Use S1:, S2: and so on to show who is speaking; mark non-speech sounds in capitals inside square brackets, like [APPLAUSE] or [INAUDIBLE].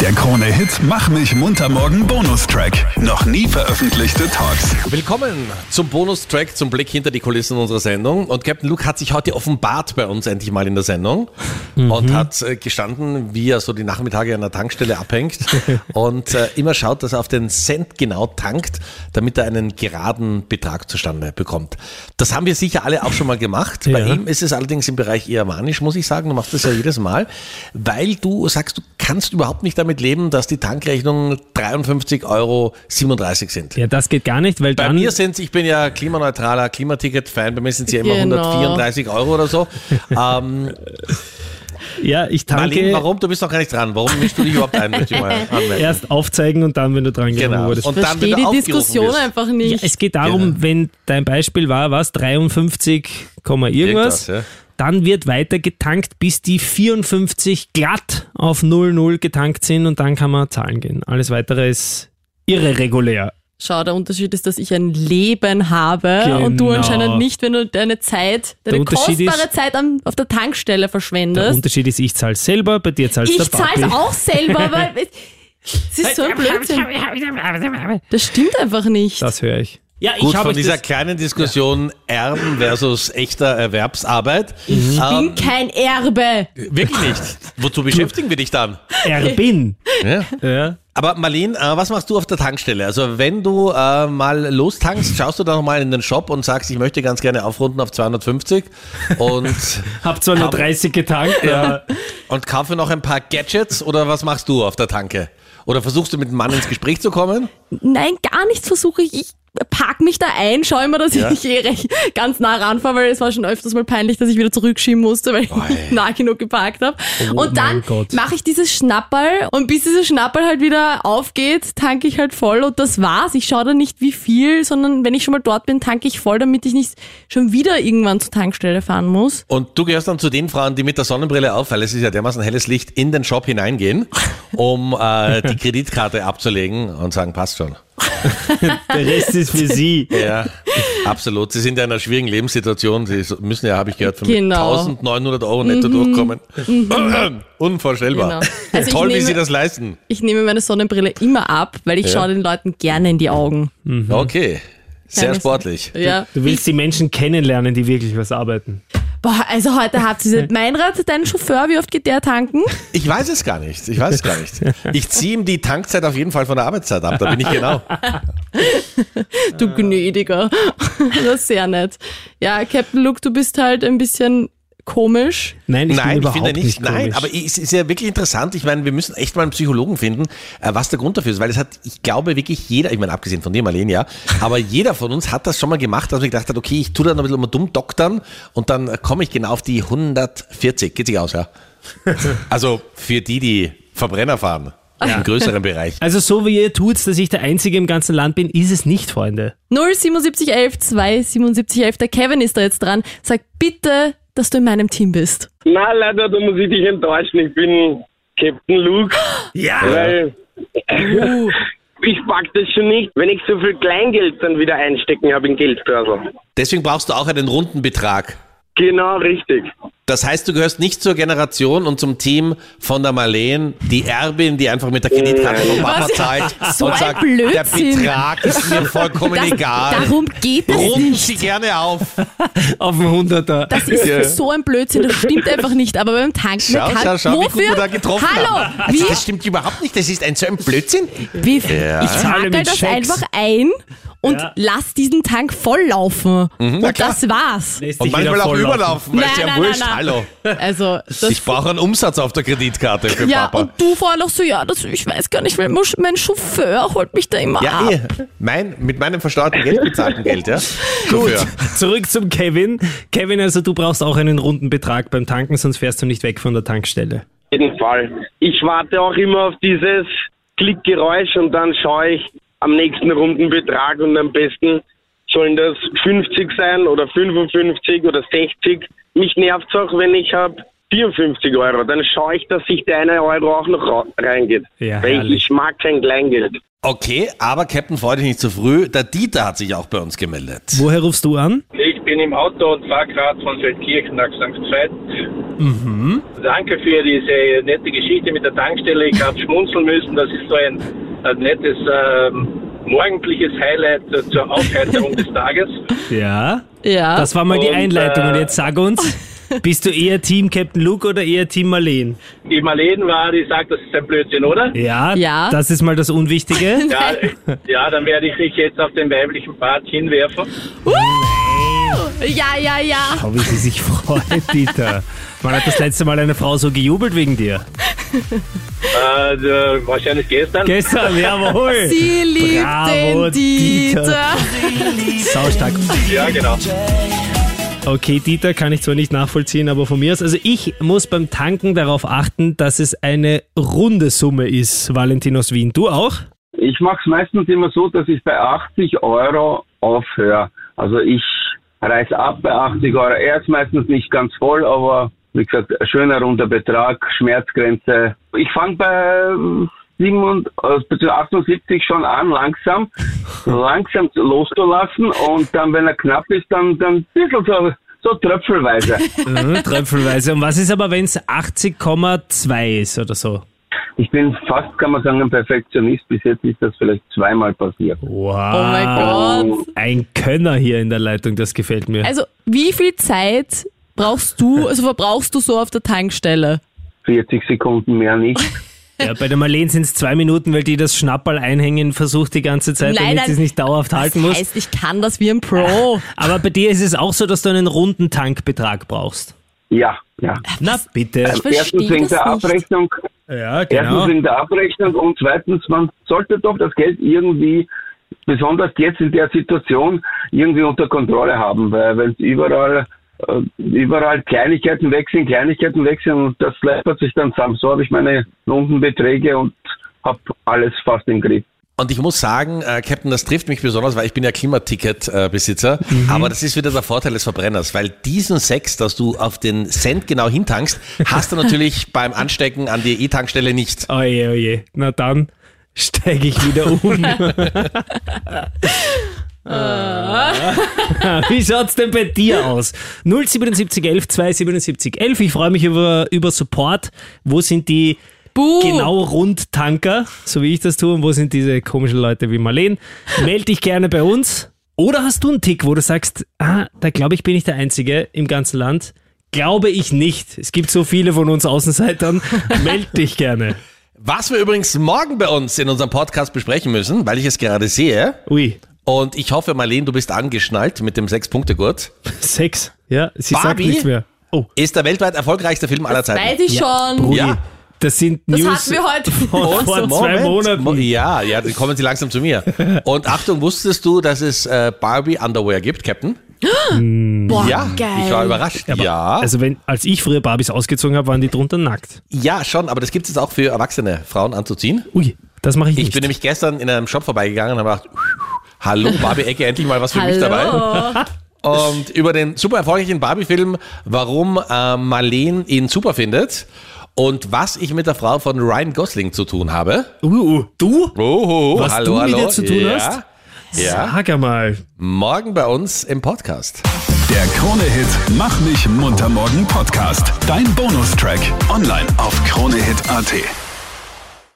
S1: Der Krone-Hit Mach mich munter morgen Bonustrack. Noch nie veröffentlichte Talks.
S2: Willkommen zum Bonustrack, zum Blick hinter die Kulissen unserer Sendung. Und Captain Luke hat sich heute offenbart bei uns endlich mal in der Sendung und hat äh, gestanden, wie er so die Nachmittage an der Tankstelle abhängt und äh, immer schaut, dass er auf den Cent genau tankt, damit er einen geraden Betrag zustande bekommt. Das haben wir sicher alle auch schon mal gemacht. Bei
S3: Ja.
S2: ihm ist es allerdings im Bereich eher manisch, muss ich sagen. Du machst das ja jedes Mal, weil du sagst, du kannst überhaupt nicht damit leben, dass die Tankrechnung 53,37 Euro sind.
S3: Ja, das geht gar nicht, weil
S2: Bei
S3: dann.
S2: mir sind ich bin ja klimaneutraler Klimaticket-Fan, bei mir sind sie ja immer
S4: Genau.
S2: 134 Euro oder so.
S3: [LAUGHS]
S2: Ähm,
S3: ja, ich
S2: Marlene,
S3: tanke
S2: warum? Du bist noch gar nicht dran. Warum mischst du dich überhaupt ein, möchte
S3: [LAUGHS]
S2: ich mal anmerken.
S3: erst aufzeigen und dann, wenn du dran genommen
S2: Genau.
S3: wurdest.
S2: Und Genau. dann, wenn
S4: Verstehe
S2: du
S4: die
S2: aufgerufen
S4: Diskussion
S2: wirst.
S4: einfach
S3: ja,
S4: nicht.
S3: es geht darum, wenn dein Beispiel war, was, 53, Komma
S2: Irgendwas,
S3: irgendwas,
S2: ja.
S3: dann wird weiter getankt, bis die 54 glatt auf 00 getankt sind und dann kann man zahlen gehen. Alles weitere ist irregulär.
S4: Schau, der Unterschied ist, dass ich ein Leben habe und du
S3: Genau.
S4: anscheinend nicht, wenn du deine Zeit, deine
S3: Unterschied
S4: kostbare
S3: ist-
S4: Zeit am, auf der Tankstelle
S3: Der
S4: verschwendest.
S3: Unterschied ist, ich zahle selber, bei dir zahlst der
S4: Ich
S3: Papi.
S4: zahle es
S3: [LAUGHS]
S4: auch selber, weil es ist so ein Blödsinn. Das stimmt einfach nicht.
S3: Das höre ich. Ja,
S2: Gut,
S3: hab
S2: von
S3: euch
S2: dieser
S3: das-
S2: kleinen Diskussion Erben versus echter Erwerbsarbeit.
S3: Mhm.
S2: Ähm,
S4: bin kein Erbe.
S2: wirklich nicht. Wozu beschäftigen wir dich dann?
S3: Erbin.
S2: Ja.
S3: Ja.
S2: Aber Marlene, äh, was machst du auf der Tankstelle? Also wenn du äh, mal lostankst, schaust du dann nochmal in den Shop und sagst, ich möchte ganz gerne aufrunden auf 250
S3: [LAUGHS]
S2: und
S3: Hab zwar nur 30 getankt, ja.
S2: Und kaufe noch ein paar Gadgets oder was machst du auf der Tanke? Oder versuchst du mit dem Mann ins Gespräch zu kommen?
S4: Nein, gar nichts versuche ich. Ich park mich da ein, schau immer, dass ich eh recht, ganz nah ranfahre, weil es war schon öfters mal peinlich, dass ich wieder zurückschieben musste, weil ich nicht [LAUGHS] nah genug geparkt habe.
S3: Oh
S4: und dann
S3: mein Gott.
S4: mache ich dieses Schnapperl und bis dieses Schnapperl halt wieder aufgeht, tanke ich halt voll und das war's. Ich schaue da nicht wie viel, sondern wenn ich schon mal dort bin, tanke ich voll, damit ich nicht schon wieder irgendwann zur Tankstelle fahren muss.
S2: Und du gehörst dann zu den Frauen, die mit der Sonnenbrille auf, weil es ist ja dermaßen helles Licht, in den Shop hineingehen, um äh, die Kreditkarte abzulegen und sagen, passt schon.
S3: Der Rest ist
S2: [LAUGHS]
S3: für sie.
S2: Ja, absolut. Sie sind ja in einer schwierigen Lebenssituation. Sie so- müssen ja, habe ich gehört, von
S4: Genau. Mhm.
S2: 1900 Euro netto durchkommen. [CLEARS THROAT] Unvorstellbar.
S4: Genau. Also ich
S2: Toll, wie
S4: nehme-
S2: sie das leisten.
S4: Ich nehme meine Sonnenbrille immer ab, weil ich schaue den Leuten gerne in die Augen.
S2: Okay, sehr
S4: Keine
S2: sportlich.
S4: Ja.
S3: Du willst die Menschen kennenlernen, die wirklich was arbeiten.
S4: Boah, also heute habt ihr
S3: [LAUGHS]
S4: mein Rad, deinen Chauffeur, wie oft geht der tanken?
S2: Ich weiß es gar nicht. Ich weiß es gar
S3: [LAUGHS]
S2: nicht. Ich ziehe ihm die Tankzeit auf jeden Fall von der Arbeitszeit ab. Da bin ich genau.
S4: Du Gnädiger. [LAUGHS] Das ist sehr nett. Ja, Captain Luke, du bist halt ein bisschen komisch.
S3: Nein, ich bin
S2: Nein, ich
S3: überhaupt
S2: finde nicht.
S3: nicht
S2: nein,
S3: komisch.
S2: aber es ist ja wirklich interessant. Ich meine, wir müssen echt mal einen Psychologen finden, äh, was der Grund dafür ist. Weil es hat, ich glaube wirklich jeder, ich meine, abgesehen von dir, Marlene, ja, aber jeder von uns hat das schon mal gemacht, dass man gedacht hat, okay, ich tue dann ein bisschen immer dumm doktern und dann äh, komme ich genau auf die 140. Geht sich aus,
S3: [LAUGHS]
S2: ja? Also für die, die Verbrenner fahren, im größeren Bereich.
S3: also so wie ihr tut's, dass ich der Einzige im ganzen Land bin, ist es nicht, Freunde.
S4: 07711 27711, der Kevin ist da jetzt dran. Sag bitte, dass du in meinem Team bist.
S5: Na, leider, da muss ich dich enttäuschen. Ich bin Captain Luke,
S3: Ja.
S5: weil [LAUGHS] ich pack das schon nicht, wenn ich so viel Kleingeld dann wieder einstecken habe in Geldbörse.
S2: Deswegen brauchst du auch einen runden Betrag.
S5: Genau, richtig.
S2: Das heißt, du gehörst nicht zur Generation und zum Team von der Marleen, die Erbin, die einfach mit der Kreditkarte vom Papa
S4: Was?
S2: zahlt
S4: [LAUGHS] So
S2: und
S4: ein
S2: sagt, der
S4: Blödsinn.
S2: Betrag ist mir vollkommen
S4: Das,
S2: egal.
S4: darum geht es
S2: Runden
S4: nicht.
S2: Sie gerne auf.
S3: Auf dem Hunderter.
S4: Das ist so ein Blödsinn, das stimmt einfach nicht. Aber beim Tanken
S2: Schau,
S4: kann,
S2: schau, schau, wie gut
S4: wofür?
S2: wir da getroffen haben.
S4: Hallo,
S2: Also
S4: wie,
S2: das stimmt überhaupt nicht. Das ist ein so ein Blödsinn.
S4: wie, ich
S3: Zahle
S4: hakel
S3: mit
S4: das
S3: Schecks.
S4: einfach ein und
S3: Ja.
S4: lass diesen Tank volllaufen.
S2: Mhm. na
S4: und
S2: klar.
S4: das war's.
S3: Lässt
S2: Und
S3: dich
S2: manchmal
S3: wieder
S2: auch
S3: volllaufen.
S2: überlaufen, weil es ja wurscht. Hallo.
S4: Also, das
S2: Ich brauche einen Umsatz auf der Kreditkarte für
S4: Ja,
S2: Papa.
S4: und du vorher noch so, ja, das, ich weiß gar nicht, weil Musch- mein Chauffeur holt mich da immer
S2: ja,
S4: ab.
S2: eh. Mein, mit meinem versteuerten Geld bezahlten Geld,
S4: [LAUGHS]
S2: ja? Gut.
S3: Zurück zum Kevin. Kevin, also du brauchst auch einen runden Betrag beim Tanken, sonst fährst du nicht weg von der Tankstelle.
S5: Auf jeden Fall. Ich warte auch immer auf dieses Klickgeräusch und dann schaue ich am nächsten Rundenbetrag und am besten sollen das 50 sein oder 55 oder 60. Mich nervt es auch, wenn ich habe 54 Euro. Dann schaue ich, dass sich der eine Euro auch noch ra- reingeht.
S3: Ja,
S5: Weil
S3: herrlich.
S5: ich mag kein Kleingeld.
S2: Okay, aber Captain, freu dich nicht zu früh. Der Dieter hat sich auch bei uns gemeldet.
S3: Woher rufst du an?
S6: Ich bin im Auto und fahre gerade von Feldkirchen nach St. Veit Danke für diese nette Geschichte mit der Tankstelle. Ich habe schmunzeln müssen. Das ist so ein, ein nettes ähm, morgendliches Highlight äh, zur Aufheiterung des Tages.
S2: Ah,
S3: Ja.
S4: Ja.
S3: Das war mal die
S6: Und,
S3: Einleitung. Und
S6: äh,
S3: jetzt sag uns, bist du eher Team Captain Luke oder eher Team Marleen?
S6: Die Marleen war, die sagt, das ist ein Blödsinn, oder?
S3: Ja,
S4: Ja.
S3: das ist mal das
S2: [LAUGHS]
S3: Unwichtige.
S6: Ja, äh, ja dann werde ich dich jetzt auf den weiblichen Part hinwerfen.
S4: ja, ja, ja.
S3: Oh, wie sie sich
S4: [LAUGHS]
S3: freut, Dieter. Man hat das letzte Mal eine Frau so gejubelt wegen dir.
S6: Äh, äh, wahrscheinlich gestern.
S3: Gestern, jawohl.
S4: Sie liebt
S3: Bravo,
S4: den Dieter.
S3: Saustark.
S6: ja, genau.
S3: Okay, Dieter kann ich zwar nicht nachvollziehen, aber von mir aus. Also ich muss beim Tanken darauf achten, dass es eine runde Summe ist, Valentin aus Wien. Du auch?
S7: Ich mache es meistens immer so, dass ich bei 80 Euro aufhöre. Also ich reiß ab bei 80 Euro. Er ist meistens nicht ganz voll, aber wie gesagt, ein schöner runder Betrag, Schmerzgrenze. Ich fange bei 77, äh, beziehungsweise 78 schon an, langsam, langsam loszulassen und dann, wenn er knapp ist, dann, dann ein bisschen so, so tröpfelweise.
S3: [LAUGHS] Mhm, tröpfelweise. Und was ist aber, wenn es 80,2 ist oder so?
S7: Ich bin fast, kann man sagen, ein Perfektionist. Bis jetzt ist das vielleicht zweimal passiert.
S3: Wow.
S4: Oh mein Gott.
S3: Ein Könner hier in der Leitung, das gefällt mir.
S4: Also, wie viel Zeit brauchst du, also verbrauchst du so auf der Tankstelle?
S7: 40 Sekunden mehr nicht.
S3: Ja, bei der Marlene sind es zwei Minuten, weil die das Schnapperl einhängen versucht die ganze Zeit,
S4: Nein,
S3: damit
S4: nein.
S3: sie es nicht dauerhaft halten
S4: das
S3: muss. Ah,
S4: heißt, ich kann das wie ein Pro.
S3: Aber bei dir ist es auch so, dass du einen runden Tankbetrag brauchst.
S7: Ja, ja.
S3: Na bitte.
S4: Ich verstehe
S7: Also Erstens wegen
S4: das
S7: der
S4: nicht.
S7: Abrechnung,
S3: Ja, genau.
S7: erstens wegen der Abrechnung und zweitens, man sollte doch das Geld irgendwie, besonders jetzt in der Situation, irgendwie unter Kontrolle haben, weil wenn es überall äh, überall Kleinigkeiten weg sind, Kleinigkeiten weg sind und das läppert sich dann zusammen. So habe ich meine runden Beträge und habe alles fast im Griff.
S2: Und ich muss sagen, äh, Captain, das trifft mich besonders, weil ich bin ja Klimaticket-Besitzer. Aber das ist wieder der Vorteil des Verbrenners, weil diesen Sex, dass du auf den Cent genau hintankst, hast du natürlich beim Anstecken an die E-Tankstelle nicht.
S3: Oje, oje. Na dann steige ich wieder
S4: [LAUGHS]
S3: um. Ah. Wie schaut's denn bei dir aus? 07711 27711. Ich freue mich über, über Support. Wo sind die
S4: Buh.
S3: genau Rundtanker, so wie ich das tue, und wo sind diese komischen Leute wie Marleen? Meld dich gerne bei uns. Oder hast du einen Tick, wo du sagst, ah, da glaube ich, bin ich der Einzige im ganzen Land? Glaube ich nicht. Es gibt so viele von uns Außenseitern. Meld dich gerne.
S2: Was wir übrigens morgen bei uns in unserem Podcast besprechen müssen, weil ich es gerade sehe.
S3: Ui,
S2: Und ich hoffe, Marleen, du bist angeschnallt mit dem Sechs-Punkte-Gurt.
S3: sechs. Ja, sie sagt
S2: Barbie?
S3: nichts mehr. Oh,
S2: Ist der weltweit erfolgreichste Film aller Zeiten.
S4: Weiß ich schon.
S3: Brudi,
S2: Ja.
S3: das sind
S4: Das
S3: News.
S4: hatten wir heute.
S3: vor
S4: Also,
S3: zwei Monaten.
S2: Mo- Ja, ja, dann kommen sie langsam zu
S3: [LAUGHS]
S2: mir. Und Achtung, wusstest du, dass es äh, Barbie Underwear gibt, Captain?
S4: Boah,
S2: Ja,
S4: geil.
S2: ich war überrascht.
S3: Mm. Aber,
S2: ja,
S3: Also wenn, als ich früher Barbies ausgezogen habe, waren die drunter nackt.
S2: ja, schon, aber das gibt es jetzt auch für erwachsene Frauen anzuziehen.
S3: Ui, das mache ich nicht.
S2: Ich bin nämlich gestern in einem Shop vorbeigegangen und habe gedacht, hallo
S3: [LAUGHS]
S2: Barbie-Ecke, endlich mal was für mich dabei.
S4: Hallo.
S2: Und über den super erfolgreichen Barbie-Film, warum äh, Marleen ihn super findet und was ich mit der Frau von Ryan Gosling zu tun habe.
S3: uh, uh, du?
S2: Oh, oh, oh,
S3: Was
S2: hallo,
S3: du mit
S2: hallo.
S3: ihr zu tun
S2: ja.
S3: hast?
S2: Ja,
S3: Sag einmal.
S2: morgen bei uns im Podcast.
S1: Der Krone-Hit Mach mich munter morgen Podcast. Dein Bonustrack. Online auf kronehit.at.